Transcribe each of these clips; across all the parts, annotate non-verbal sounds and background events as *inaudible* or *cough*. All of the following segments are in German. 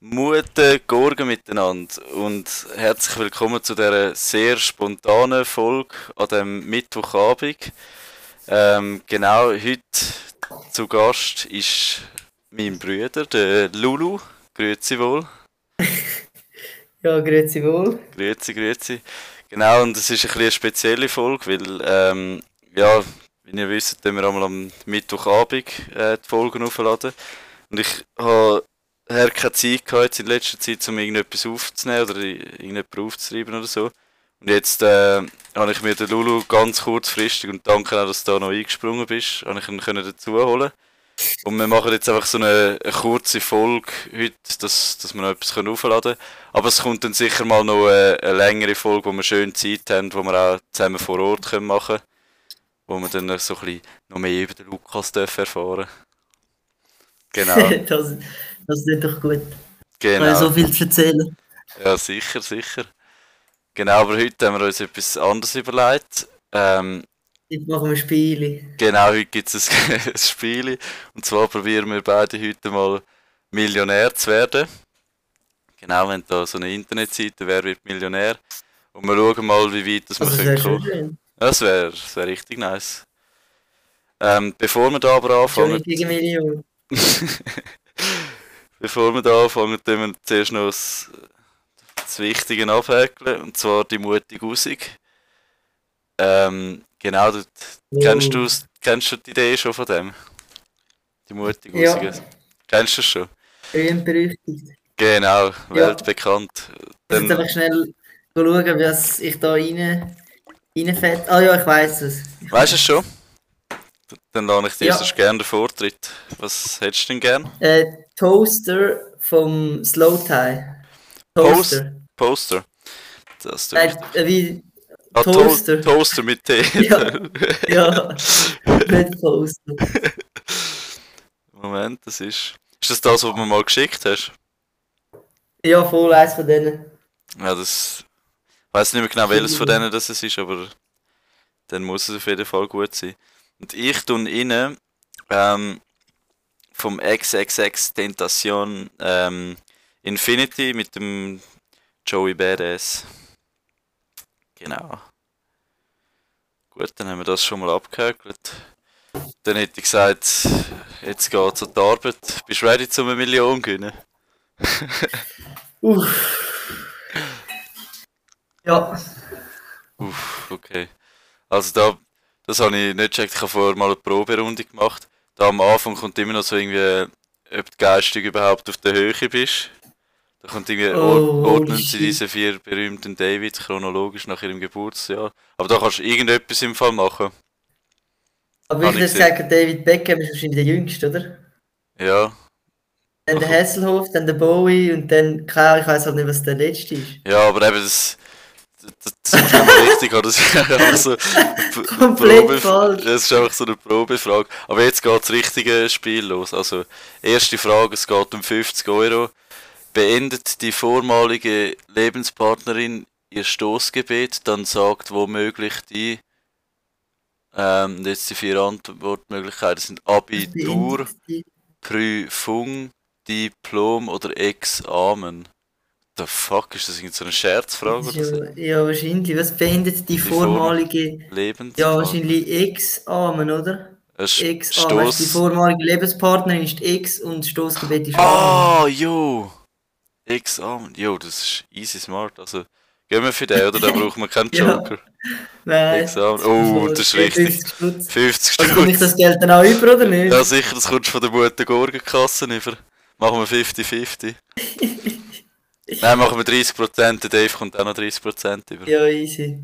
Guten Morgen miteinander und herzlich willkommen zu dieser sehr spontanen Folge an dem Mittwochabend. Ähm, genau, heute zu Gast ist mein Bruder, der Lulu. Grüezi wohl. Ja, grüezi wohl. Grüezi, grüezi. Genau, und es ist ein bisschen eine spezielle Folge, weil, ähm, ja, wie ihr wisst, tun wir einmal am Mittwochabend äh, die Folgen aufladen. Und ich habe hab keine Zeit gehabt jetzt in letzter Zeit, um irgendetwas aufzunehmen oder i- irgendjemanden aufzuschreiben oder so. Und jetzt äh, habe ich mir den Lulu ganz kurzfristig und danke auch, dass du da noch eingesprungen bist, habe ich ihn können dazu holen. Und wir machen jetzt einfach so eine, eine kurze Folge heute, dass, dass wir noch etwas können aufladen können. Aber es kommt dann sicher mal noch äh, eine, eine längere Folge, wo wir schön Zeit haben, wo wir auch zusammen vor Ort können machen können. Wo wir dann noch so ein bisschen noch mehr über den Lukas dürfen erfahren *laughs* Genau, Das, das ist doch gut. Ich habe so genau. viel zu erzählen. Ja, sicher, sicher. Genau, aber heute haben wir uns etwas anderes überlegt. Ähm, Jetzt machen wir Spiele. Genau, heute gibt es ein, *laughs* ein Spiel. Und zwar probieren wir beide heute mal Millionär zu werden. Genau, wenn da so eine Internetseite wäre, wird Millionär. Und wir schauen mal, wie weit das wir Also, das können wäre schön. kommen. wenn- Ja, Das wäre das wär richtig nice. Ähm, bevor wir da aber Johnny anfangen, gegen Million. bevor wir da anfangen, tun wir zuerst noch das, das Wichtige abhäkeln. Und zwar die mutige Musik. Ähm, genau, dort Mm. Kennst du, kennst du die Idee schon von dem? Die mutige Ja. Musik. Kennst du es schon? Berühmt, berüchtigt. Genau, weltbekannt. Ich muss Dann, jetzt einfach schnell schauen, was ich da rein... Reinfett. Ah ja, ich weiss es. weißt du es schon? Dann lade ich dir Ja. sonst gerne den Vortritt. Was hättest du denn gern? Äh, Toaster vom Slow Tie. Toast- Toaster. Poster. Das tue Äh, ich. wie... Ah, To- Toaster. Toaster mit *laughs* T. *laughs* Ja. Ja, nicht Toaster. Moment, das ist. Ist das das, was du mir mal geschickt hast? Ja, voll eins von denen. Ja, das. Ich weiß nicht mehr genau, welches von denen das es ist, aber dann muss es auf jeden Fall gut sein. Und ich tun innen ähm, vom XXX Tentation ähm, Infinity mit dem Joey Badass. Genau. Gut, dann haben wir das schon mal abgehökelt. Dann hätte ich gesagt, jetzt geht's an die Arbeit. Bist du ready, um eine Million zu gewinnen? Uff. Ja. Uff, okay. Also da, das habe ich nicht gecheckt. Ich habe vorher mal eine Proberunde gemacht. Da am Anfang kommt immer noch so irgendwie, ob du geistig überhaupt auf der Höhe bist. Da kommt irgendwie, Oh, or- holy ordnen sie shit. diese vier berühmten Davids chronologisch nach ihrem Geburtsjahr. Aber da kannst du irgendetwas im Fall machen. Aber Kann ich würde ich sehen. sagen, David Beckham ist wahrscheinlich der Jüngste, oder? Ja, Dann der Hasselhoff, dann der Bowie und dann, keine Ahnung, ich weiß halt nicht, was der Letzte ist. ja, aber eben das... Das, das ist nicht richtig, oder? Das ist einfach so eine Komplett Probe- falsch. Das ist einfach so eine Probefrage. Aber jetzt geht das richtige Spiel los. Also, erste Frage, es geht um 50 Euro. Beendet die vormalige Lebenspartnerin ihr Stoßgebet, dann sagt womöglich die. Ähm, und jetzt die vier Antwortmöglichkeiten sind Abitur, Die- Prüfung, Diplom oder Examen. The fuck, ist das irgend so eine Scherzfrage oder so? Ja, ja, wahrscheinlich. Was beendet die Form. vormalige, ja, Lebenspartnerin. wahrscheinlich Ex-Amen, oder? Ein Ex-Amen. Weißt du, Die Stoß- vormalige Lebenspartnerin ist Ex und das Stoßgebet ist Amen. Ah, jo! Examen. Jo, das ist easy smart. Also, gehen wir für den, oder? Da braucht man keinen *laughs* Ja. Joker. Nein. Examen. Oh, das ist richtig. 50 *laughs* Also, Stutz. 50 Also komme ich Stutz. das Geld dann auch über, oder nicht? Ja, sicher, das kommst du von der guten Gurkenkasse über. Machen wir 50-50. *laughs* Nein, machen wir 30%. Der Dave kommt auch noch 30% über. Ja, easy.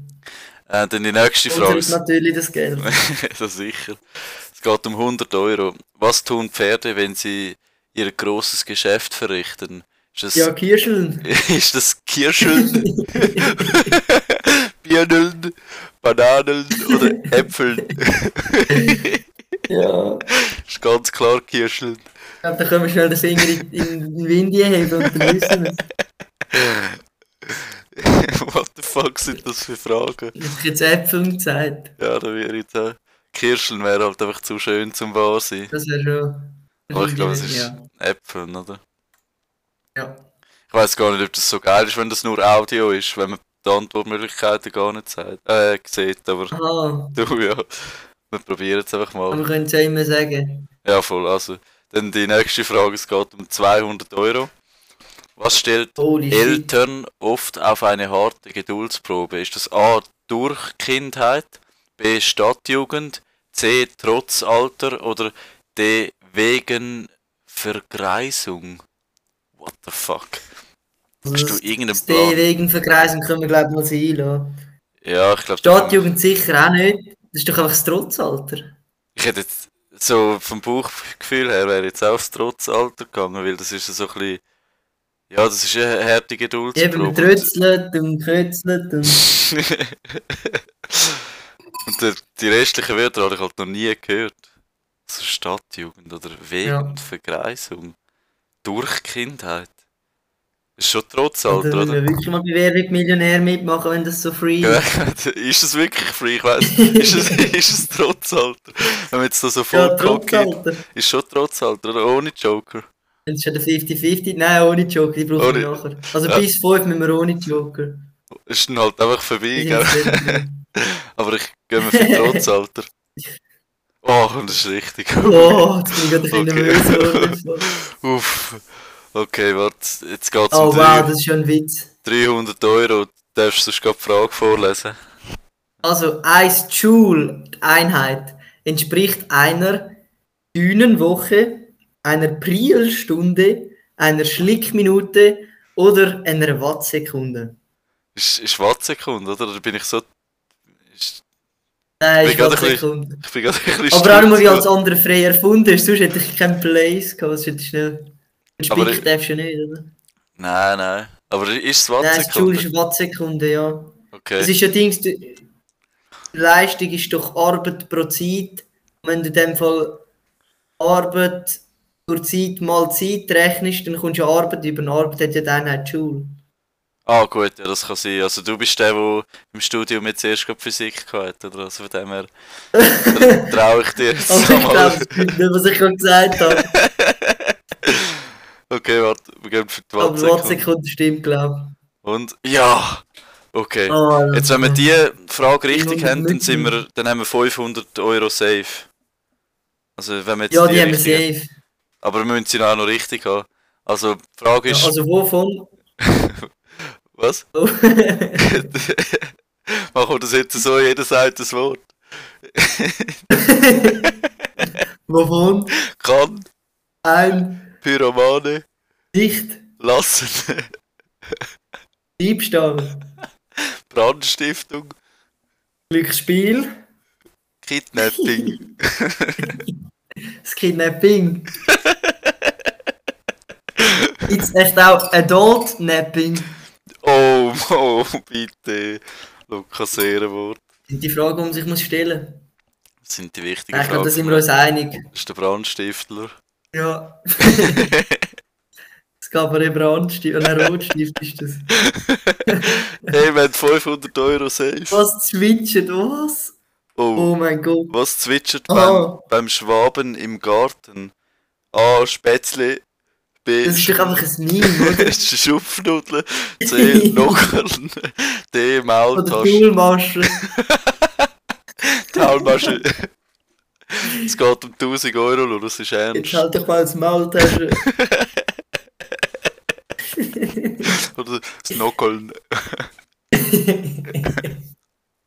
Äh, dann die nächste Frage. Und natürlich *laughs* das Geld. das ist sicher. Es geht um 100 Euro. Was tun Pferde, wenn sie ihr grosses Geschäft verrichten? Ist das, Ja, Kirscheln. *laughs* ist das Kirscheln? Birnen, Bananen oder Äpfeln. Ja. ist ganz klar Kirscheln. Ich glaube, da können wir schnell den Finger in, in den Wind heben und dann wissen wir es. *laughs* What the fuck sind das für Fragen? Ich habe jetzt Äpfel gesagt. Ja, da wäre jetzt auch. Kirscheln wäre halt einfach zu schön zum wahr sein. Oh, Das wäre schon. Aber ich glaube, es ist Ja. Äpfeln, oder? ja. Ich weiß gar nicht, ob das so geil ist, wenn das nur Audio ist, wenn man die Antwortmöglichkeiten gar nicht sagt, äh, sieht, aber *laughs* Aha, du ja. Wir probieren es einfach aber mal. wir können es ja immer sagen. Ja, voll. Also, dann die nächste Frage, es geht um 200 Euro. Was stellt Holy shit. Eltern oft auf eine harte Geduldsprobe? Ist das A durch Kindheit, B Stadtjugend, C trotz Alter oder D wegen Vergreisung? What the fuck? Hast du Also, irgendeinen Das D Plan? wegen Verkreisung können wir glaube ich mal sein lassen. Ja, ich glaube, Stadtjugend sicher auch nicht. Das ist doch einfach das Trotzalter. ich hätte jetzt so vom Bauchgefühl her wäre jetzt auch das trotz Alter gegangen, weil das ist so ein bisschen. Ja, das ist eine harte Eben, man Geduldsprobe. trötzelt und kötzelt *laughs* und... Und der, die restlichen Wörter habe ich halt noch nie gehört. So Stadtjugend oder Weg Ja. und Vergreisung. Durch Kindheit. Ist schon trotz Alter, Dann oder? müssen wir wirklich mal bei Werbung Millionär mitmachen, wenn das so free Ja, *laughs* ist. ist es wirklich frei? Ich weiss, ist *laughs* es, ist es trotz Alter? Wenn man jetzt da so voll Ja, ja, gibt, Trotzalter. ist schon trotz Alter, oder? Ohne Joker. Wenn es schon der 50-50... Nein, ohne Joker, die brauchen wir Ohne- nachher. Also Ja. bis 5 müssen wir ohne Joker. Ist dann halt einfach vorbei, Die gell? sind *laughs* nicht drin. Aber ich gehe mir für trotz *laughs* Alter. Oh, und das ist richtig. Oh, jetzt bin ich gerade ein Okay. bisschen nervös geworden. *laughs* Uff. Okay, warte, jetzt geht's Oh um wow, drei- das ist schon ein Witz. 300 Euro. Darfst du sonst gerade die Frage vorlesen? Also 1 Joule Einheit entspricht einer Dünenwoche, einer Prielstunde, einer Schlickminute oder einer Wattsekunde. Ist, ist Wattsekunde, oder? Oder bin ich so... Ist, Nein, ist Ich bin gerade ein Wattsekunde. ich bin gerade ein bisschen Aber auch nur, wie stolz. als andere frei erfunden ist, sonst hätte ich keinen Place gehabt, sonst hätte ich schnell... Den Aber Spick ich- darfst du ja nicht, oder? Nein, nein. Aber ist es Nein, das Joule Wattsekunde? ist Wattsekunde, ja. Es Okay. ist ja Dings, du- Leistung ist doch Arbeit pro Zeit. Wenn du in dem Fall Arbeit durch Zeit mal Zeit rechnest, dann kommst du ja Arbeit über Arbeit, hat ja die Einheit Schule. Ah gut, ja, das kann sein. Also du bist der, der im Studium jetzt erst gerade Physik gehabt hat, oder? Also von dem her *laughs* traue ich dir *laughs* jetzt Also ich mal. glaube, das stimmt nicht, was ich gerade *laughs* gesagt habe. Okay, warte, wir gehen für die Aber Wattsekunde. Wattsekunde stimmt, glaube Und... Ja! Okay. ich. Oh, Jetzt, wenn wir die Frage richtig 300 haben, dann, sind Münzen. wir, dann haben wir 500 Euro safe. Also, wenn wir jetzt ja, die haben wir richtige- safe. Aber wir müssen sie dann auch noch richtig haben. Also, die Frage Ja, ist. also wovon? was? *laughs* *laughs* Machen wir das jetzt so, jeder sagt das Wort. wovon Kann, ein Pyromane, Dicht Lassen, *laughs* Diebstahl, Brandstiftung, Glücksspiel, *laughs* Kidnapping. Das Kidnapping. Jetzt echt auch Adult Napping. oh, oh, bitte. Lukas Ehrenwort. sind die Fragen, die man sich muss stellen Das sind die muss. wichtigen Ich glaube, da sind Fragen. wir uns einig. Das ist der Brandstiftler. Ja. *laughs* Das Cabaret Brandstift, oder ein Rotstift ist das. Hey, wir haben 500 Euro safe. Was zwitschert, was? Oh. Oh mein Gott. Was zwitschert Oh. beim, beim Schwaben im Garten? A. Spätzle. B. Das ist *laughs* doch einfach ein Meme, oder? Sch- Schupfnudeln. *laughs* C. Nockerln. *laughs* D. Oder Maultasche. Duhlmasche. Taulmasche. es geht um 1000 Euro, Lulu, das ist Jetzt ernst. halt doch mal das *laughs* Maultasche. halt- Oder das Nockerln. *laughs*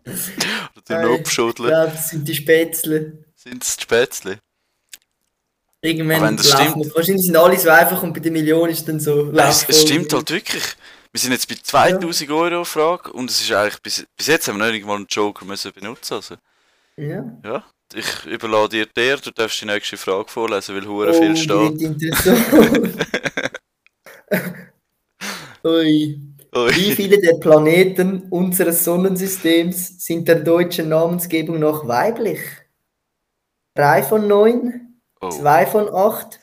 Oder die Nein. Nopfschudeln. Ja, das sind die Spätzle. Sind es die Spätzle? Irgendwann Aber wenn das laufen stimmt- wir- Wahrscheinlich sind alle so einfach und bei der Million ist dann so. Es, lauf es voll. stimmt halt wirklich. Wir sind jetzt bei 2000 Euro Frage und es ist eigentlich bis, bis jetzt haben wir noch nicht mal einen Joker müssen benutzen. Also. Ja. Ja, ich überlade dir der, du darfst die nächste Frage vorlesen, weil hure Oh, viel die wird steht. *laughs* interessant. Ui. Wie Ui. viele der Planeten unseres Sonnensystems sind der deutschen Namensgebung nach weiblich? Drei von neun, Oh. zwei von acht,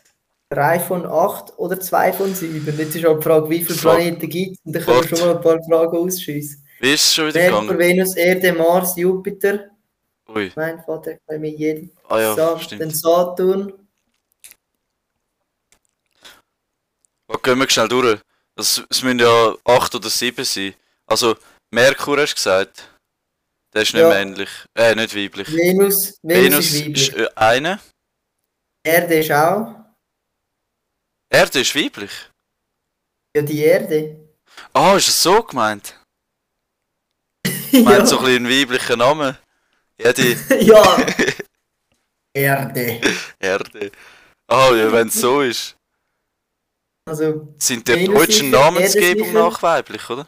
drei von acht oder zwei von sieben? Jetzt ist halt die Frage, wie viele Frage. Planeten gibt es? Und dann können wir Warte. schon mal ein paar Fragen ausschiessen. Wie ist es schon wieder Merkur, gegangen? Venus, Erde, Mars, Jupiter. Ui. Mein Vater bei mir jeden. Ah ja, Sa- stimmt. den Saturn. Okay, gehen wir schnell durch. Es, es müssen ja 8 oder 7 sein. Also, Merkur hast du gesagt. Der ist nicht Ja. männlich. Äh, nicht weiblich. Venus, Venus, Venus ist weiblich. ist äh, eine. Erde ist auch. Erde ist weiblich. Ja, *laughs* die Erde. Ah, ist das so gemeint? *laughs* Ich meine, so ein bisschen einen weiblichen Namen. Ja, die ja. Erde. Erde. Ah, ja, wenn es so ist. Also, Sind der Venus deutschen sicher, Erde Namensgebung sicher. nach weiblich, oder?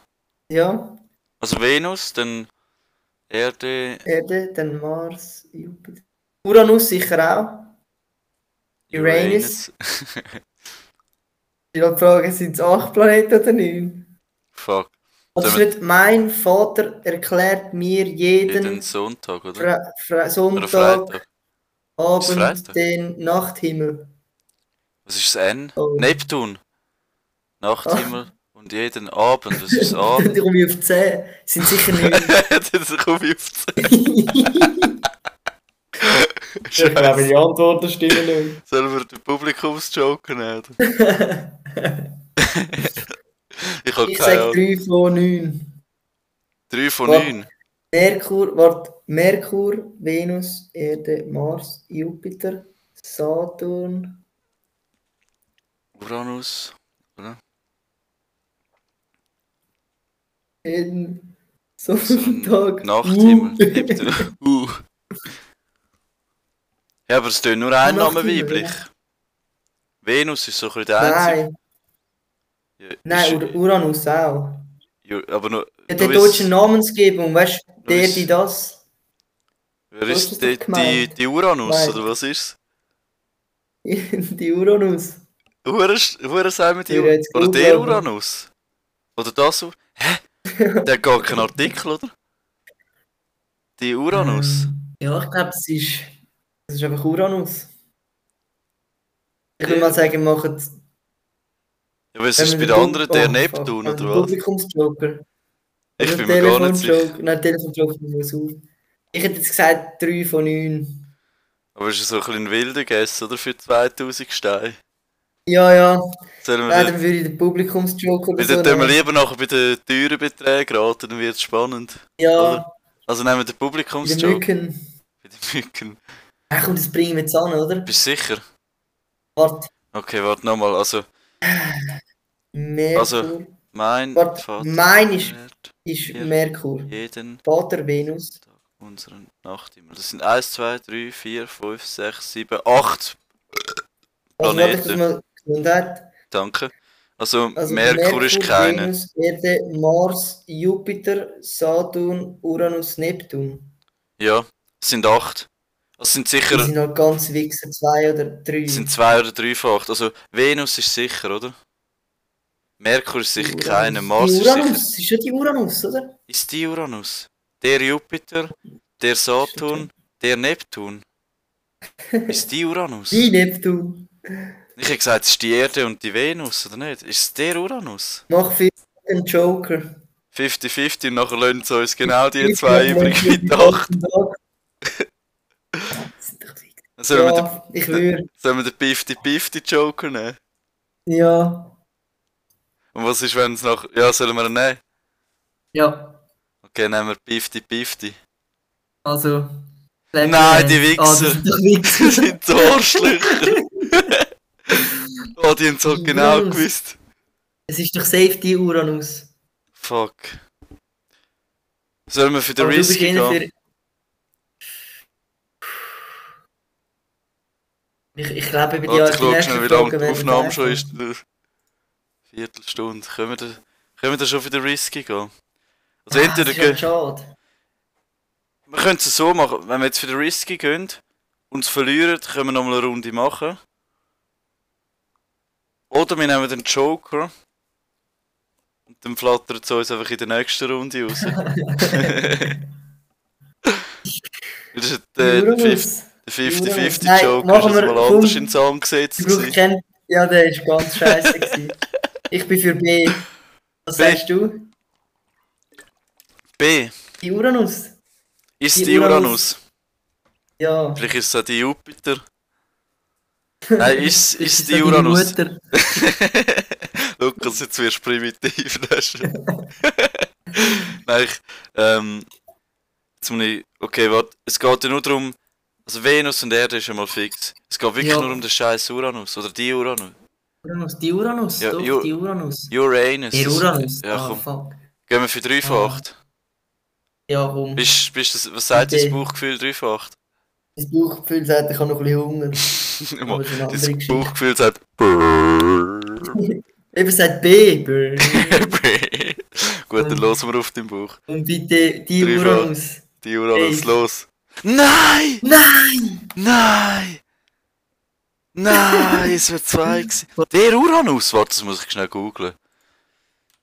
ja, Also Venus, dann Erde, Erde, dann Mars, Jupiter. Uranus sicher auch. Uranus. Uranus. *laughs* Ich wollte fragen, sind es acht Planeten oder neun? Fuck. Also ist Sollen nicht mein Vater erklärt mir Jeden jeden Sonntag, oder? Fra Fra Oder Sonntagabend Freitag. Ist Freitag? den Nachthimmel. Was ist das N? Oh. *laughs* Neptun. Nachthimmel. Und jeden Abend. Was ist das *laughs* A? *laughs* Dann komme ich auf 10. Sind sicher neun. das komme ich auf die- Scheiße. die Antworten stimmen nicht. Sollen wir den Publikumsjoker nehmen? oder? *laughs* *laughs* ich habe keine Ich sage Ahnung. 3 von 9. 3 von Fuck. 9. Merkur, warte, Merkur, Venus, Erde, Mars, Jupiter, Saturn, Uranus. Eden, Sonntag. Sonntag, Nachthimmel. Uh. Neptun. uh. Ja, aber es tönt nur ein Name Nachthimmel, weiblich. Venus ist so ein bisschen der einzige. Nein, nein, Ur- Uranus auch. Ur aber nur. Ja, der nur ist- deutschen Namensgebung, weißt du, der, Louis- die das. *laughs* Wer Was ist ist die, das die, gemeint? die Uranus Nein. oder was ist die Uranus. es? Uras- Uras sagen wir die Ja, Ur- jetzt Oder der googeln. Uranus? Oder das Uranus? Hä? Der hat gar keinen Artikel, oder? Die Uranus. Ähm, Ja, ich glaube, es ist, es ist einfach Uranus. Ich Ja. würde mal sagen, wir machen es. Ja, was ist bei den anderen Oh, der Neptun oder was? Publikumsjoker. Ich Oder bin mir gar nicht sicher. Telefonjoker. Nein, Telefonjoker muss auf. Ich hätte jetzt gesagt 3 von 9. Aber es ist so ein bisschen wilder Guess, oder? Für 2000 Steine. Ja, ja. Sollen wir Nein, den, dann würde ich den Publikumsjoker oder wir tun wir nehmen. lieber nachher bei den teuren Beträgen raten, dann wird es spannend. Ja, oder? Also nehmen wir den bei den Publikumsjob. Mücken. Bei den Mücken. Ach komm, das bringen wir jetzt an, oder? Bist du sicher? Warte. Okay, warte nochmal. Also, Merkur. Also- mein Warte, Vater mein ist- lehrt ist Ja. Merkur. jeden Vater Venus. Tag unseren Nachthimmel. Das sind 1, 2, 3, 4, 5, 6, 7, 8. Also, warte, ich muss Planeten. mal Gesundheit. Danke. Also, Also Merkur ist keine. Venus, Erde, Mars, Jupiter, Saturn, Uranus, Neptun. Ja, es sind 8. Es sind Die sicher sind halt ganz wichser, zwei oder drei. es Genau. sind 2 oder 3 von 8. Also, Venus ist sicher, oder? Merkur ist sicher Uranus. keine. Mars die ist sicher. Uranus, ist ja die Uranus, oder? Ist die Uranus? Der Jupiter? Der Saturn? Der *laughs* Neptun? Ist die Uranus? Die Neptun. Ich habe gesagt, es ist die Erde und die Venus, oder nicht? Ist es der Uranus? Mach für den Joker. 50-50 und nachher lassen sie uns genau die zwei übrig mit 8. Das sind doch die- Sollen, wir den, Ja, ich würde. sollen wir den 50-50-Joker nehmen? Ja. Und was ist, wenn es nach... Ja, sollen wir ihn nehmen? Ja. Okay, nehmen wir 50-50. Also. Nein, die Wichser. Ah, das sind doch Die *laughs* Wichser. sind so *laughs* Arschlöcher! oh, die haben es halt genau Uranus. gewusst. Es ist doch Safety Uranus. Fuck. Sollen wir für den Aber du bist Risk einer gehen? für- Ich, ich glaube, über die Warte, ich schau nächsten schnell, wie lange Folgen die werden Aufnahme schon wir- ist. Viertelstunde. Können wir da, können wir da schon wieder risky gehen? Also Ah, entweder das ist ja gehen, schade. wir können es so machen, wenn wir jetzt wieder risky gehen und es verlieren, dann können wir nochmal eine Runde machen. Oder wir nehmen den Joker und dann flattert es uns einfach in der nächsten Runde raus. *laughs* das ist der Uranus. 50 der Nein, 50-50 Joker, machen ist wir- das mal anders komm. in den Song gesetzt. Ich brauche gewesen. keinen- Ja, der ist *laughs* ganz scheiße. gewesen. ich bin für B. Was B. sagst du? B. Die Uranus? Ist Die die Uranus. Uranus? Ja. Vielleicht ist es auch die Jupiter. Nein, ist, Das ist ja *laughs* die deine Uranus. Mutter. *laughs* Schau, Lukas, jetzt wirst du primitiv. *laughs* weisst du. Nein, ich, ähm, jetzt muss ich, okay, warte, es geht ja nur darum, also Venus und Erde ist ja mal fix. Es geht wirklich Ja. nur um den scheiß Uranus, oder die Uranus. Uranus, die Uranus, Ja, doch, Ju- die Uranus. Uranus. Der Uranus. Ja, ah, komm. fuck. Gehen wir für 3 von Ah. 8. Ja, komm. Bist, bist das, was sagt Okay. dein Bauchgefühl 3 von *laughs* 8? Das Bauchgefühl sagt, ich habe noch ein bisschen *laughs* Hunger. Mal, ist eine andere Dein Geschichte. Bauchgefühl sagt. *laughs* Eben sagt B. Brr. Gut, Ähm. dann hören wir auf deinen Bauch. Und bitte die Drei Uranus. Die Uranus, Hey. los. Nein! Nein! Nein! Nein, es wird zwei *laughs* gewesen. Der Uranus, warte, das muss ich schnell googlen.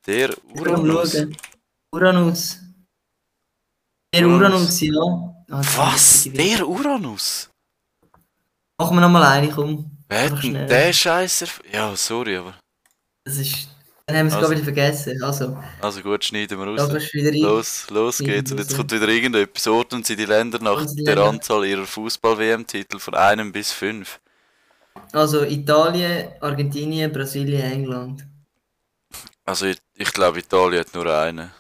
Der Ich kann Uranus. schauen. Uranus. Der Uranus. Uranus, ja. Ah, das Was? ist richtig. Der Uranus? Machen wir nochmal eine, komm. Wer Mach hat denn schnell. den Scheiß erf- Ja, sorry, aber. Das ist. Dann haben wir es Also. gerade wieder vergessen. Also, Also gut, schneiden wir da raus. kannst du wieder rein. Los, los Irgendwie geht's. Und jetzt so. kommt wieder irgendetwas. Ordnen Sie die Länder nach Ordnen Sie die der Länder. Anzahl ihrer Fußball-WM-Titel von einem bis fünf. Also, Italien, Argentinien, Brasilien, England. Also ich, ich glaube, Italien hat nur einen.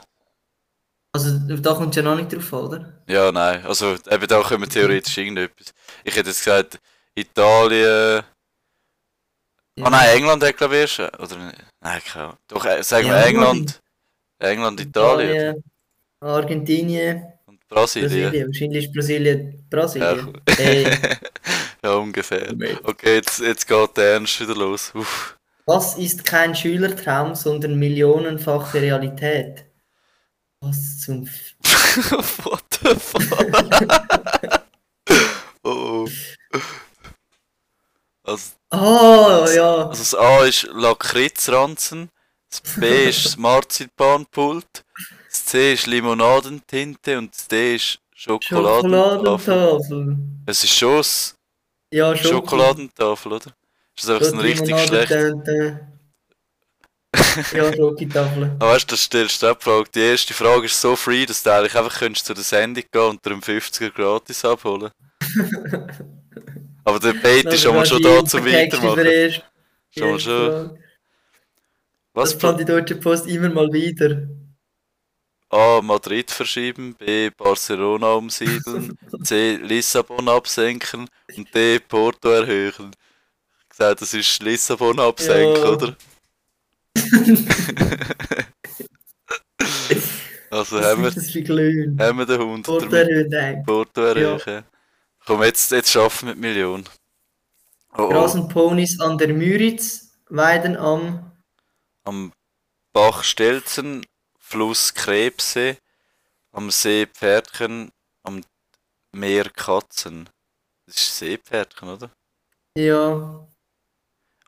Also, da kommt ja noch nicht drauf, oder? Ja, nein. Also eben da können wir theoretisch irgendetwas. Ich hätte jetzt gesagt, Italien. Ah Ja. nein, England hat glaube ich erst. Oder nein, keine Ahnung. Doch, äh, sagen wir Ja, England. England, Italien, Argentinien, und Brasilien. Brasilien. Wahrscheinlich ist Brasilien Ja, Brasilien. cool. Hey, Ja, ungefähr. Moment. Okay, jetzt, jetzt geht der Ernst wieder los. Uff. *laughs* was ist kein Schülertraum, sondern millionenfache Realität? Was zum F What the fuck? *laughs* oh. oh. Also, Oh ja, Also das A ist Lakritzranzen, das B ist Smartzipanpult, das C ist Limonadentinte und das D ist Schokoladentafel. Schokoladentafel. Es ist schon s- Ja, Schoko. Schokoladentafel, oder? Ist das einfach so ein richtig schlecht? schlecht. ja, Schokotafel. Aber Ah, weißt du, das stellst du auch die Frage. Die erste Frage ist so free, dass du eigentlich einfach könntest zu der Sendung gehen und dir einen 50er gratis abholen. *laughs* Aber der Bait Also ist schon mal schon da zum Weitermachen. Schon mal schon. Was Das pro- plant die Deutsche Post immer mal wieder. A. Ah, Madrid verschieben, B. Barcelona umsiedeln, C. Lissabon absenken und D. Porto erhöhen. Ich gesagt, das ist Lissabon absenken, Ja. oder? also Was haben ist wir, das für Glühen? haben wir den Hund. Oder der- Höhendeck. Porto erhöhen. Komm, jetzt, jetzt schaffen wir die Million. Oh, oh. Rasenponys an der Müritz, Weiden am. Am Bach Stelzen, Fluss Krebse, am See Pferdchen, am Meer Katzen. Das ist Seepferdchen, oder? Ja,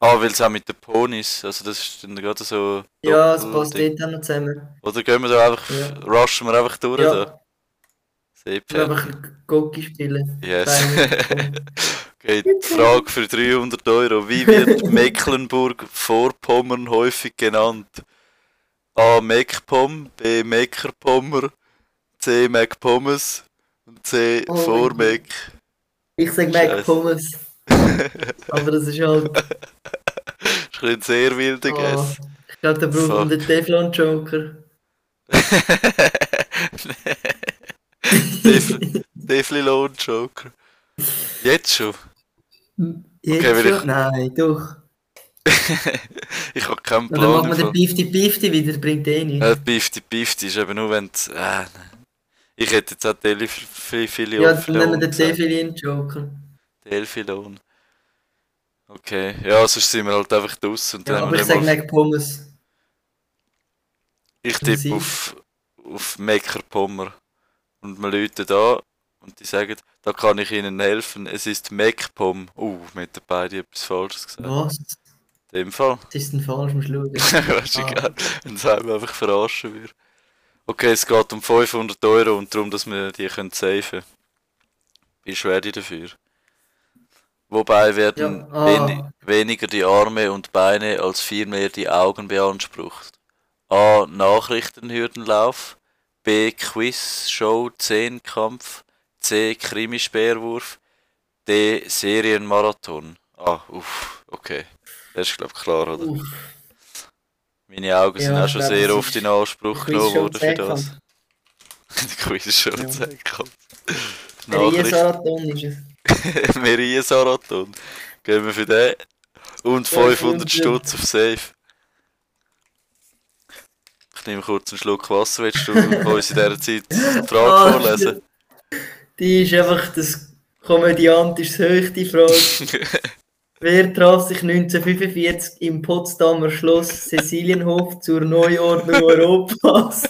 Ah, weil es auch mit den Ponys, also das ist dann gerade so. ja, es Doppelding. passt dort auch noch zusammen. Oder gehen wir da einfach, Ja. rushen wir einfach durch da? Ja, ich will Seepferdchen. einfach Gocki spielen. Yes. Zwei *laughs* Okay, die Frage für 300 Euro. Wie wird *laughs* Mecklenburg-Vorpommern häufig genannt? A. Meckpom, B. Meckerpommer, C. Meckpommes und C. Oh, Vormeck. Ich sag Scheiße. Mac Pommes. Aber das ist halt. Das ist ein sehr wilder Oh, Guess. ich glaube, da braucht man den Teflon Joker. Defli- Deflilon-Joker. Jetzt schon? Jetzt weil schon? ich- Nein, doch. Ich habe keinen Oder macht Plan. man im den Fall. Pifti Pifti wieder, bringt eh nichts. Äh, Pifti, Pifti ist eben nur wenn du- äh, nein. Ich hätte jetzt auch Deli viele, viele Ja, dann nehmen wir den gesagt. Teflon Joker. Delphilon. Okay, ja, sonst sind wir halt einfach draussen und dann Ja, haben aber wir ich sag nicht mal... Mac Pommes. Ich Sie- tippe auf, auf Meckerpommer. Und wir läuten da und die sagen, da kann ich ihnen helfen, es ist Meckpom. Uh, mit den beiden etwas Falsches gesagt. Was? Das In dem Fall. ist denn falsch, musst du schauen. *laughs* Weißt du, Ah. egal, wenn es einem einfach verarschen würde. Okay, es geht um 500 Euro und darum, dass wir die können safen können. Bist du ready dafür? Wobei werden Ja, ah. weni- weniger die Arme und Beine als vielmehr die Augen beansprucht. A. Nachrichtenhürdenlauf. B. Quiz, Show, Zehnkampf. C. Krimispeerwurf. D. Serienmarathon. Ah, uff, okay. Das ist, glaube ich, klar, oder? Uff. Meine Augen sind Ja, auch ich schon glaub, sehr das oft ist- in Anspruch Ich bin genommen schon worden für gesagt das. haben. *laughs* Die Quiz ist schon Ja. zurückgekommen. *laughs* Der Nachricht, Riesarathon ist es. Meriesarathon. Gehen wir für den. Und 500 500. Stutz auf Safe. Ich nehme kurz einen Schluck Wasser. Willst du *laughs* uns in dieser Zeit die Frage Ah, vorlesen? Die ist einfach das komödiantisch höchste Frage. *laughs* Wer traf sich 1945 im Potsdamer Schloss Cäcilienhof zur Neuordnung Europas?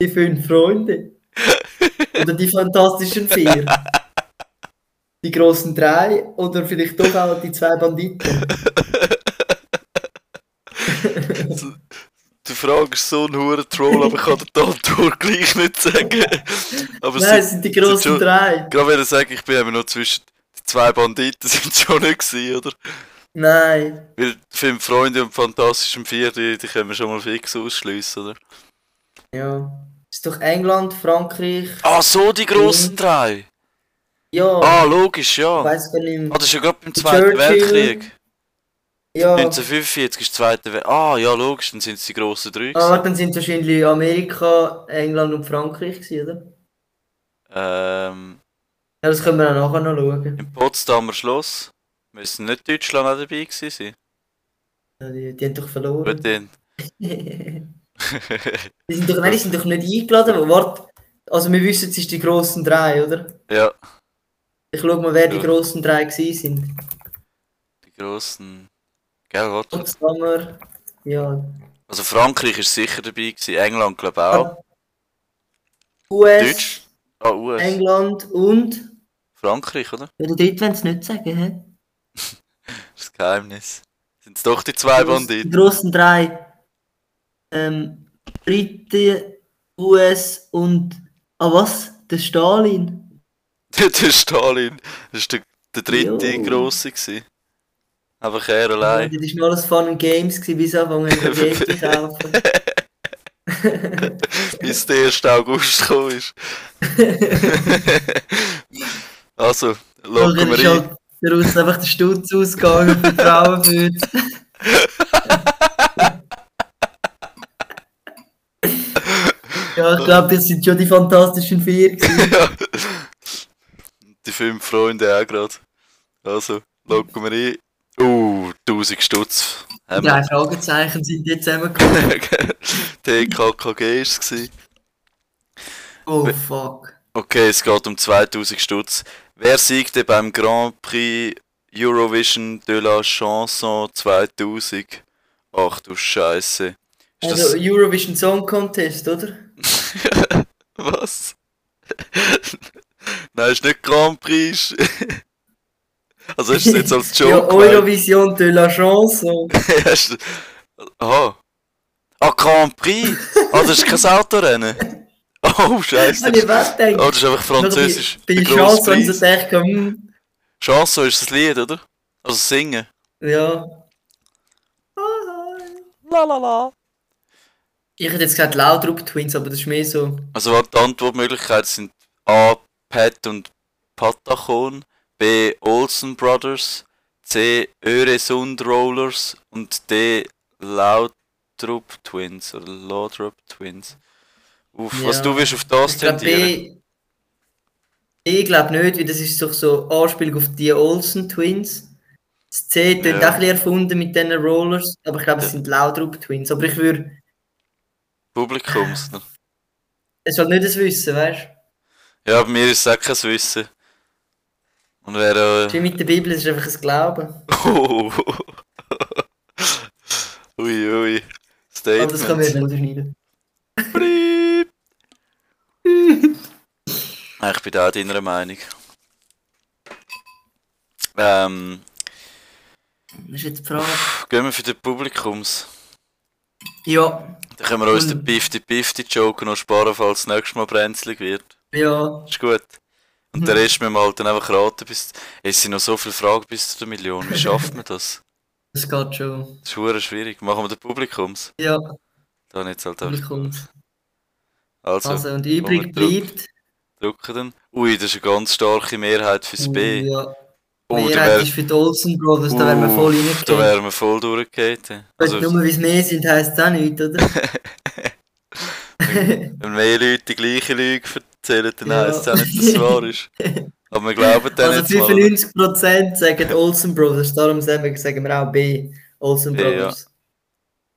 die fünf Freunde. Oder die fantastischen vier. Die großen drei oder vielleicht doch auch die zwei Banditen. Die Frage ist so ein hoher Troll, aber ich kann den Antwort gleich nicht sagen. Aber Nein, es es sind, sind die großen schon- drei. gerade wenn ich sage, ich bin eben noch zwischen die zwei Banditen sind schon nicht gewesen, oder? Nein. Weil fünf Freunde und fantastischen vier, die, die können wir schon mal fix ausschliessen, oder? Ja. Ist doch England, Frankreich. Ah, so die grossen Mhm. drei! Ja. Ah, logisch, ja! Ich Ah, weiß gar nicht mehr. das ist ja gerade beim Zweiten Churchill. Weltkrieg. Ah, Ja. 1945 ist der Zweite Weltkrieg. Ah, ja, logisch, dann sind es die grossen drei. Ah, dann sind wahrscheinlich Amerika, England und Frankreich, gewesen, oder? Ähm, Ja, das können wir auch nachher noch schauen. im Potsdamer Schloss müssen nicht Deutschland auch dabei gewesen sein. Ja, Die, die haben doch Gut, verloren. dann. *laughs* *laughs* die sind doch, nein, die sind doch nicht eingeladen. worden. Warte. Also wir wissen, es ist die grossen drei, oder? ja, Ich schau mal, wer die Ja. grossen drei gewesen sind. die grossen. Gell, warte. Potsdamer, ja. Also Frankreich ist sicher dabei gewesen, England glaube ich auch. Ah, US, Deutsch? Ah, US. England und. Frankreich, oder? Oder dort wollen sie nicht sagen, hä? Das Geheimnis. Sind es doch die zwei Die Banditen? *laughs* grossen drei. Ähm, Briten, US und. Ah, was? Der Stalin. der Stalin. Das war der, der dritte Jo. grosse. Gewesen. Einfach er Ja, allein. Das war nur alles Fun and Games, gewesen, bis anfangen *laughs* Geld zu kaufen. Bis der 1. August gekommen *laughs* ist. also, Oder locken ist wir ein. halt daraus einfach der Stutz ausgegangen für die Frauen für. *laughs* Ja, ich glaube, das sind schon die fantastischen vier. gewesen. Ja. Die fünf Freunde auch gerade. Also, locken wir ein. Uh, 1000 Stutz. *laughs* Haben wir. Drei Fragezeichen sind jetzt zusammengekommen. TKKG war es. Oh fuck. Okay, es geht um 2000 Stutz. Wer siegte beim Grand Prix Eurovision de la Chanson 2000? Ach du Scheiße. Ist Also Eurovision Song Contest, oder? das. Was? *laughs* Nein, ist nicht Grand Prix. *laughs* also hast du es jetzt *laughs* als Ja, Joke gemeint? *laughs* Eurovision de la Chanson. Hast du- Aha. Ah, Grand Prix? Ah, das ist kein Autorennen. *laughs* Oh, Scheiße. Hab ich was gedacht? Oh, das ist einfach französisch. Bei der Grand Chanson Prix. so dachte ich, hm, Chanson ist das Lied, oder? Also singen. ja. Ich hätte jetzt gesagt Laudrup Twins, aber das ist mehr so. Also was die Antwortmöglichkeiten sind A. Pat und Patachon, B. Olsen Brothers, C. Öresund Rollers und D. Laudrup Twins oder Laudrup Twins. Uff, was Ja. du willst auf das Ich glaube tendieren? B. Ich glaube nicht, weil das ist doch so Anspielung auf die Olsen Twins. Das C tönt Ja. auch ein bisschen erfunden mit diesen Rollers, aber ich glaube, es Ja. sind Laudrup Twins. Aber ich würde. Publikums. Es soll nicht das wissen, weißt du? Ja, bei mir ist es auch kein Wissen. Und äh, wäre. Wie mit der Bibel, es ist einfach ein Glauben. Oh. *laughs* ui, ui. Aber das kann man Statement. ja nicht schneiden. Blieb. Ah, ich bin da deiner Meinung. Ähm, Das ist jetzt die Frage. gehen wir für den Publikums. Ja, Dann können wir uns den Und- 50-50-Joker noch sparen, falls das nächste Mal brenzlig wird. ja. Ist gut. Und den Rest müssen wir halt dann einfach raten. Bis... Es sind noch so viele Fragen bis zu der Million. Wie schafft man das? Das geht schon. Das ist verdammt schwierig. Machen wir den Publikums. Ja, Da habe ich jetzt halt einfach... Publikums. Also, Also, und übrig Moment, Druck. bleibt. drücken dann. Ui, das ist eine ganz starke Mehrheit fürs B. Ja, Oh, Mehr da hätte wären ich für die Olsen Brothers, Also, da wären wir voll da reingekommen. wär wir voll durchgegeben. Also, Also, nur weil es mehr sind, heisst es auch *laughs* nichts, oder? wenn mehr Leute die gleiche Lüge erzählen, dann Ja. heisst es auch nicht, dass es wahr *laughs* ist. Aber wir glauben dann also jetzt mal. 95% sagen Olsen Brothers, darum sagen wir- sagen wir auch B. Olsen Ja, ja. Brothers.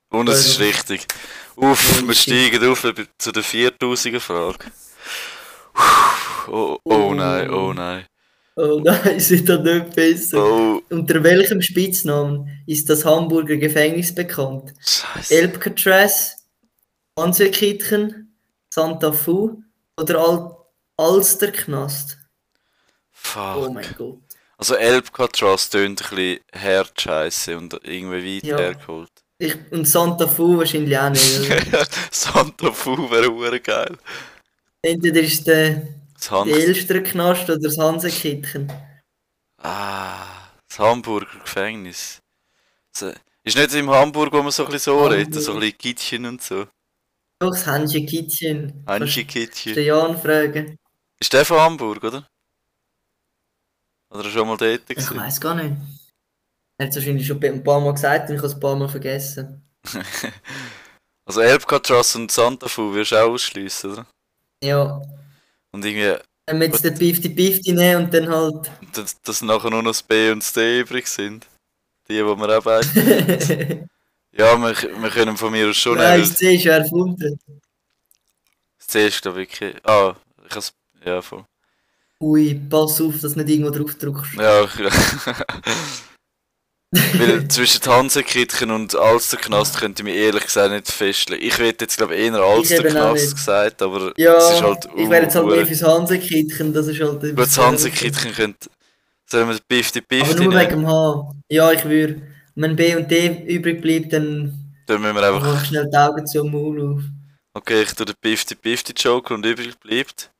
Und es ist richtig. Uff, wir steigen auf zu der 4000er Frage. Oh, oh nein, oh nein. Oh *laughs* nein, sind das nicht besser. Oh, Unter welchem Spitznamen ist das Hamburger Gefängnis bekannt? scheiße. Elbcatraz, Hansekitchen, Santa Fu oder Al Alsterknast? Oh Fuck. mein Gott. Also Elbcatraz tönt ein bisschen Herzscheiße und irgendwie weit Ja. hergeholt. *laughs* Ich, und Santa Fu wahrscheinlich auch nicht. oder? Santa Fu wäre hure geil. Entweder ist der, Das der Hans Elsterknast oder das Hansekitchen. ah, das Hamburger Gefängnis. So- Ist nicht im Hamburg, wo man so ein bisschen so Hamburg. redet, so ein bisschen Kittchen und so. Doch, das Hansekitchen. Kannst du Hansi-Kittchen. den Jan fragen? Ist der von Hamburg, oder? Oder schon mal dort Ich gewesen? weiß gar nicht. Er hat es wahrscheinlich schon ein paar Mal gesagt und ich habe es ein paar Mal vergessen. Also Elbcatraz und Santa Fu wirst du auch ausschliessen, oder? Ja, Und irgendwie, wenn wir jetzt den 50-50 nehmen und *laughs* dann halt. dass, dass nachher nur noch das B und das D übrig sind. Die, die wir auch beide. *laughs* Ja, wir, wir können von mir aus schon Nein, nehmen. das C ist *laughs* ja erfunden. Das C ist da wirklich. Ah, ich hab's. Ja, voll. Ui, pass auf, dass du nicht irgendwo drauf drückst. Ja, ich, *laughs* Weil zwischen Hansekitchen und Alsterknast könnte ich mich ehrlich gesagt nicht festlegen. Ich hätte jetzt, glaube ich, eher eben auch nicht. Alsterknast gesagt, aber Ja, es ist halt. ich wäre jetzt halt ur- mehr fürs Hansekitchen, das ist halt... Gut, das Hansekitchen könnte. Sollen wir Aber 50-50 nur wegen nehmen? dem H. Ja, ich würde... Wenn B und D übrig bleibt, dann Dann müssen wir einfach. mach ich schnell die Augen zum Maul auf. Okay, ich tue den 50-50-Joker und übrig bleibt.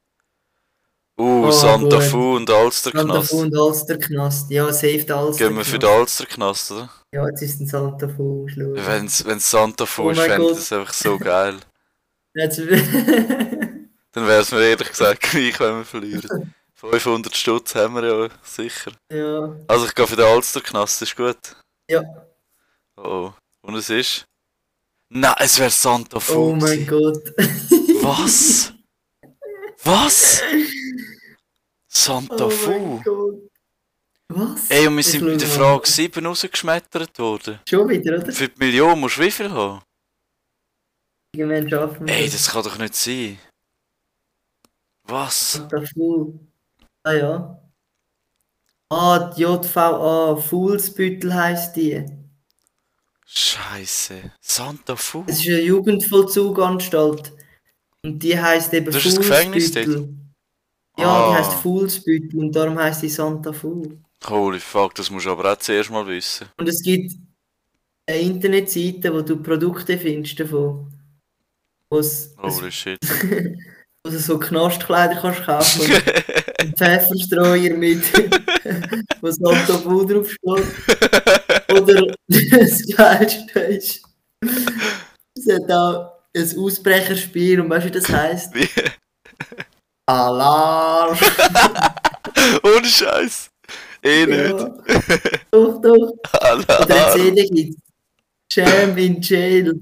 Uh, Ah, Santa gut. Fu und Santa Alsterknast. Fu und Alsterknast. Ja, safe der Alsterknast. Gehen wir für den Alsterknast, oder? Ja, jetzt ist ein Santa Fu, schau. Wenn es Santa Fu Oh ist, mein fände ich Gott. das einfach so geil. Jetzt... Dann wäre es mir ehrlich gesagt *laughs* gleich, wenn wir verlieren. 500 Stutz haben wir ja sicher. *laughs* ja. Also ich gehe für den Alsterknast, ist gut. Ja. Oh, oh. Und es ist? Nein, es wäre Santa Fu. Oh mein gewesen. Gott. Was? Was? Santa Oh Fu? mein Gott. Was? Ey, und wir Ich sind bei der schau mal. Frage 7 rausgeschmettert worden. Schon wieder, oder? Für die Million musst du wie viel haben? Irgendwann schaffen wir Ey, das. das kann doch nicht sein. Was? Der Fool. Ah ja. Ah, die JVA Fuhlsbüttel heisst die. Scheiße. Scheiße. Santa Fu? Es ist eine Jugendvollzuganstalt. Und die heisst eben Das ist ein Gefängnis dort? Fuhlsbüttel. Ja, Ah. die heisst Fuhlsbüttel und darum heisst sie Santa Fuhl. Holy fuck, das musst du aber auch zuerst mal wissen. Und es gibt eine Internetseite, wo du Produkte findest davon. Wo es, Holy shit. *laughs* wo du so Knastkleider kannst kaufen und Ein Pfefferstreuer mit, *laughs* was halt da wohl drauf steht. Oder *laughs* das Geilste ist, es hat auch ein Ausbrecherspiel und weißt du, wie das heisst? Wie? Alarm! Ohne Scheiß. Eh nicht. *laughs* Ja. Doch, doch. Oder eine Alarm. CD gibt Jam in Jail.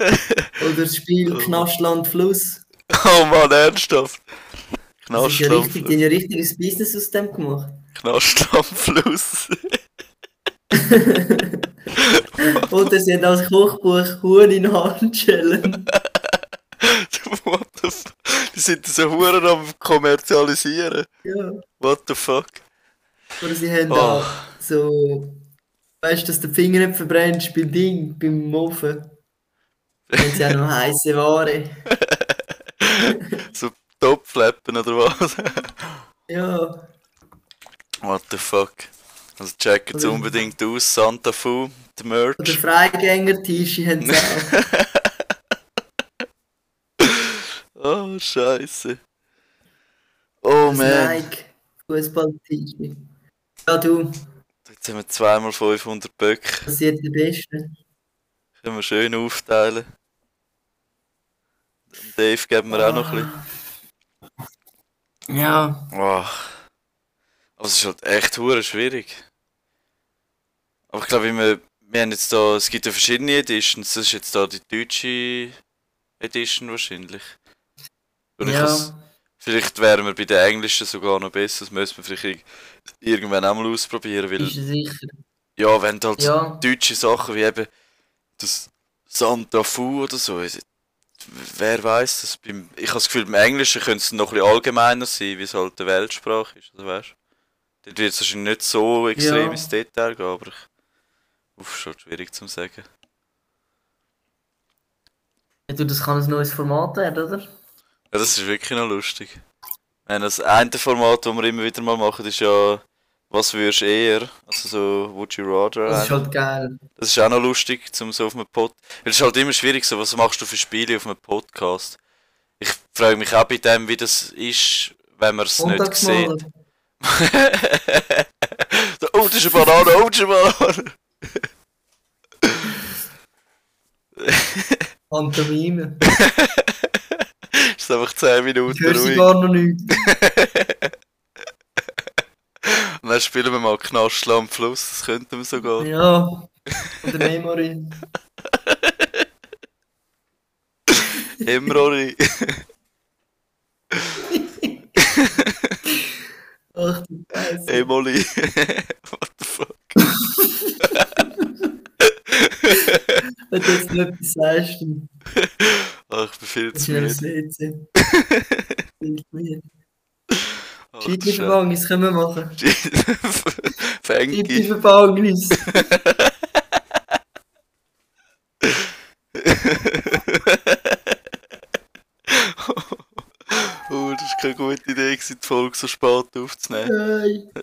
Oder das Spiel Knastland Fluss. Oh Mann, ernsthaft. Das ist ja richtig, die Knastlampfluss. haben ja richtiges Business aus dem gemacht. *laughs* Knastlampfluss. Oder sie haben als Kochbuch Huhn in Hand Challenge. What the fuck? Die sind so Huren am kommerzialisieren. Ja. What the fuck? Oder sie haben Oh. auch so. Weißt du, dass der Finger nicht verbrennst beim Ding, beim Mofen? Wenn sie auch noch heiße Ware. So Topflappen oder was? *laughs* Ja. What the fuck? Also checkt es Oder- unbedingt aus, Santa Fu, die Oder Merch. Freigänger-Tische haben sie auch. Oh, scheiße. *laughs* Oh Das man. Nike, Fußball-Tische. Ja, du, Jetzt haben wir zweimal 500 Böcke. das sind die Besten. Können wir schön aufteilen. Dem Ah. Dave geben wir auch noch ein bisschen. Ja. Oh. Aber es ist halt echt hure schwierig. Aber ich glaube, wir, wir haben jetzt da, es gibt ja verschiedene Editions. Das ist jetzt da die deutsche Edition wahrscheinlich. Und ich has- Ja, vielleicht wären wir bei der englischen sogar noch besser. Das müssen wir vielleicht irg- irgendwann auch mal ausprobieren, weil ist sicher. ja, wenn du halt so Ja, deutsche Sachen wie eben das Santa Fu oder so. es- Wer weiß das? Beim, ich habe das Gefühl, beim Englischen könnte es noch ein bisschen allgemeiner sein, wie es halt eine Weltsprache ist. Also weißt du? Dort wird es wahrscheinlich nicht so extrem Ja. ins Detail gehen, aber ich. Uff, schon schwierig zu sagen. ja, du, das kann ein neues Format werden, oder? Ja, das ist wirklich noch lustig. Wenn das eine Format, das wir immer wieder mal machen, ist ja, was würdest du eher? Also so, would you rather? eigentlich. Das ist halt geil. Das ist auch noch lustig, zum so auf einem Pod. Weil Es ist halt immer schwierig, so, was machst du für Spiele auf einem Podcast? Ich frage mich auch bei dem, wie das ist, wenn man es nicht sieht. *laughs* Montagsmaler. so, oh, das ist eine Banane, oh, das ist eine Banane. Pantomime. ist einfach 10 Ich Minuten höre sie ruhig. gar noch nicht. Und dann spielen wir mal Knaschler am Fluss, das könnten wir sogar. Ja. Oder Memory. *laughs* Hemrori. Ach du Scheiße. Emoli. *laughs* What the fuck? Wenn du jetzt nicht etwas sagst, dann Ach, ich bin viel ist zu mir das müde. WC. Fehlt mir. Ach, *laughs* Scheiße. Scheitli-Verwagnis können wir machen. Fängi. Scheitli-Verwagnis. Oh, das war keine gute Idee, gewesen, die Folge so spät aufzunehmen. *laughs* Nein.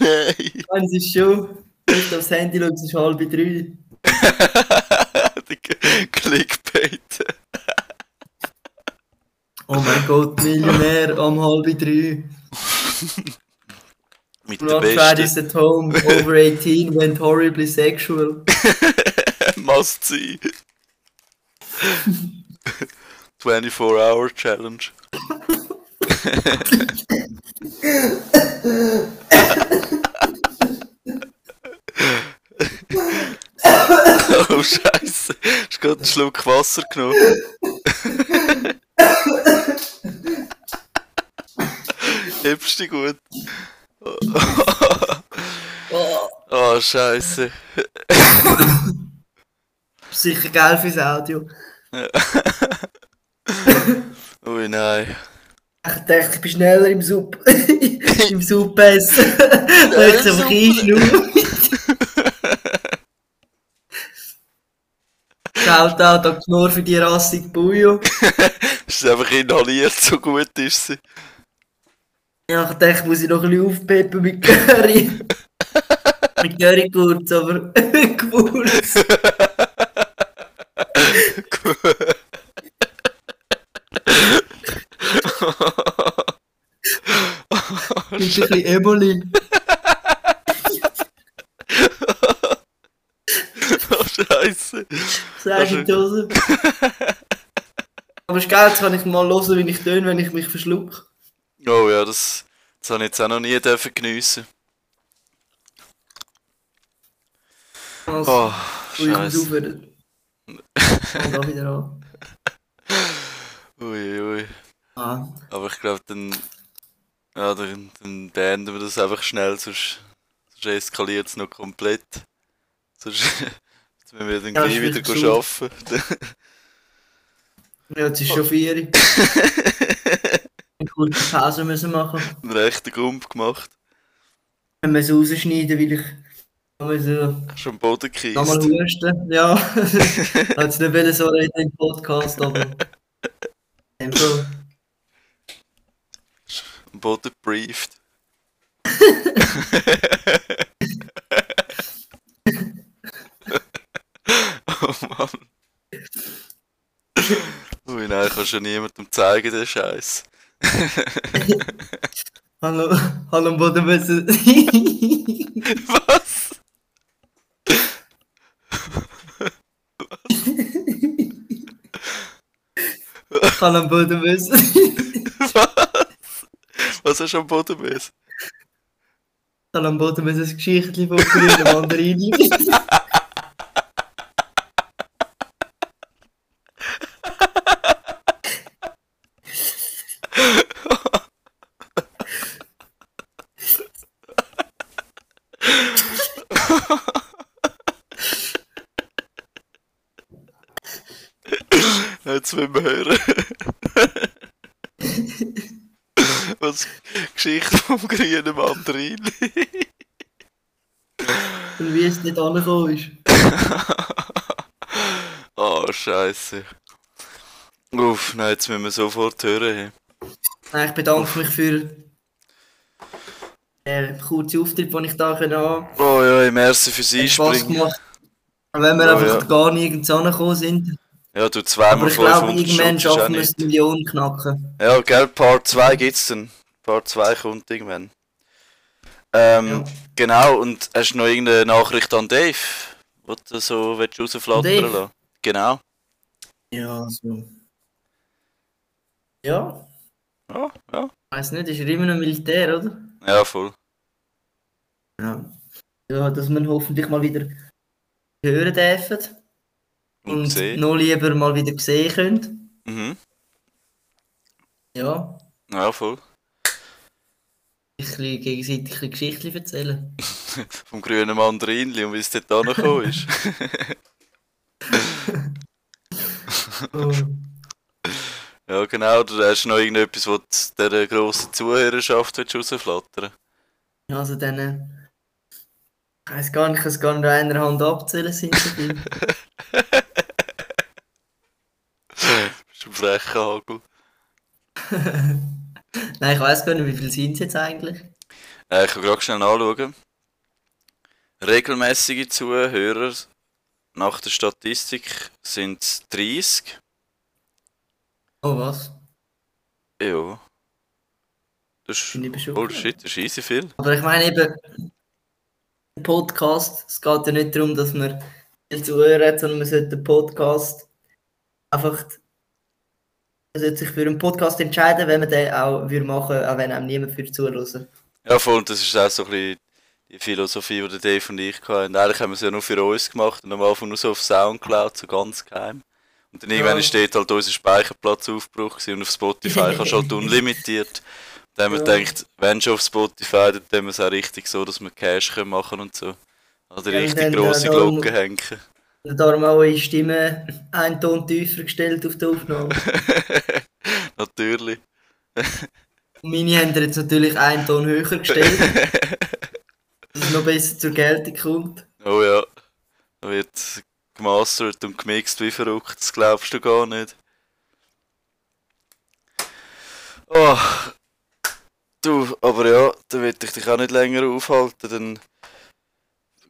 Nein! Nein, es ist schon. Wenn du aufs Handy schaust, es ist halb drei. Der G- Clickbait. Oh mein Gott, Millionär am halb drei. Mit der Not Fridays besten at home, over 18, went horribly sexual. must see. 24-Hour-Challenge. oh Scheiße, hast gerade einen Schluck Wasser genommen. Hebst du dich gut? Oh, Oh Scheiße. sicher geil fürs Audio. Ui nein. Ich dachte, ich bin schneller im *laughs* Sub. Im Sub-Pass. Weil ich es einfach einschnur. Shoutout an Knorr für die rassige Bujo. Ist einfach inhaliert, so gut ist sie. Ja, ich dachte, muss ich noch ein bisschen aufpeppen mit Curry. *laughs* mit Curry kurz, aber *laughs* kurz. Mit ein bisschen Emoli. Oh Scheiße. Sag ich die Hose. Aber ist geil, jetzt kann ich mal hören, wie ich töne, wenn ich mich verschlucke. Oh ja, das, das habe ich jetzt auch noch nie dürfen geniessen. Also, Oh, ui, ich muss Scheiße. *laughs* aufhören. Und da wieder an. Ui, ui. Ah, Aber ich glaube, dann, ja, dann, dann beenden wir das einfach schnell, sonst, sonst eskaliert es noch komplett. Sonst *laughs* jetzt müssen wir dann Ja, gleich ist wieder viel zu- arbeiten. *laughs* ja, jetzt ist schon vier. Uhr. Eine kurze Pause müssen machen. Einen rechten Gump gemacht. Wenn wir es rausschneiden, weil ich nochmal so Hast du am Boden nochmal gekisst. husten. Ja. ich wollte es nicht wollen, so reden im Podcast, aber. In dem Fall. Am Boden brieft. oh Mann. Ui, nein, kannst ja niemandem zeigen, den Scheiß. Hallo, hallo am Boden müssen. *laughs* ich Was? kann am Boden müssen. Was hast du am Boden müssen? Dann am Boden müssen ein Geschichtchen von grünen Mandarinen. Jetzt wollen wir hören. Was Geschichte vom grünen Mandarin. Und wie es nicht angekommen ist. Oh, Scheiße. Uff, nein, jetzt müssen wir sofort hören. hey. Nein, ich bedanke mich für äh, den kurzen Auftritt, den ich da können haben Oh ja, merci fürs konnte. Hat Spass Einspringen. gemacht. Auch wenn wir Ja, einfach ja. gar nirgends angekommen sind. Ja, du zweimal Aber ich glaube, 500 irgendwann Stutz ist auch schaffen wir es, nicht. die Million knacken. Ja, gell, Part 2 gibt's dann. Part 2 kommt irgendwann. Ähm, Ja. genau, und hast du noch irgendeine Nachricht an Dave? Was du so willst du Dave? rausflattern lassen? Genau. Ja, also. so. Ja, Ja, ja. weiß nicht, ist er immer noch Militär, oder? Ja, voll. Ja. Ja, dass wir ihn hoffentlich mal wieder hören dürfen Und, und sehen. noch lieber mal wieder sehen können. Mhm. Ja, Ja, voll. *laughs* ein bisschen gegenseitig ein bisschen *laughs* Geschichten erzählen. Vom grünen Mandarinli und wie es dort angekommen *laughs* ist. Oh. ja, genau. Oder hast du noch irgendetwas, was du dieser grossen Zuhörerschaft willst rausflattern Ja, Also dann. äh, Ich weiß gar nicht, ich kann es gar nicht an einer Hand abzählen sind *laughs* so viele. Bist du ein frecher Hagel? Nein, ich weiß gar nicht, wie viele sind es jetzt eigentlich. Äh, ich kann gerade schnell anschauen. Regelmäßige Zuhörer nach der Statistik sind es 30. Oh was? Ja. Das ist Bin ich bescheuert? Bullshit, das ist easy viel. Aber ich meine eben, der Podcast, es geht ja nicht darum, dass man viel zuhören hat, sondern man sollte den Podcast einfach. Man sollte sich für einen Podcast entscheiden, wenn man den auch würde machen würde, auch wenn einem niemand für zuhören Ja, voll, und das ist auch so ein bisschen die Philosophie, die der Dave und ich hatten. Eigentlich haben wir es ja nur für uns gemacht und am Anfang nur so auf Soundcloud, so ganz geheim. Und dann irgendwann Ja. ist dort halt unser Speicherplatzaufbruch gewesen und auf *laughs* Spotify kannst du halt unlimitiert. Dann haben wir Ja. gedacht, wenn schon auf Spotify, dann tun wir es auch richtig so, dass wir Cash können machen und so. Also die Ja, und richtig dann, äh, grosse darum- Glocke hängen. *laughs* Und darum auch eure Stimme einen Ton tiefer gestellt auf die *laughs* Aufnahme. Natürlich. Und meine haben ihr jetzt natürlich einen Ton höher *laughs* gestellt. dass es noch besser zur Geltung kommt. Oh ja. Da wird gemastert und gemixt wie verrückt. Das glaubst du gar nicht. Oh. Du, aber ja, da will ich dich auch nicht länger aufhalten. Dann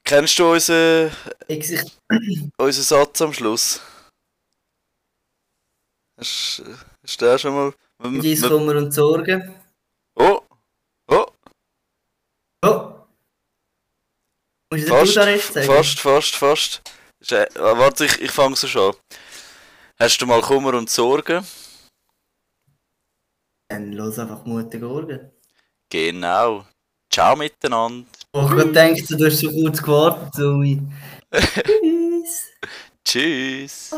kennst du unseren, Ich, ich, unseren Satz am Schluss? Hast, hast du den schon mal? M- dies m- kommen wir und sorgen. Oh! Oh! Ja. Musst du Fast, Oh. das jetzt sagen? fast, fast, fast. Ist, äh, warte, ich, ich fange so schon an. Hast du mal Kummer und Sorgen? Dann los einfach mutig Orgen. Genau. Ciao miteinander. Oh, ich denke, du hast so kurz gewartet. so wie- Tschüss. Tschüss.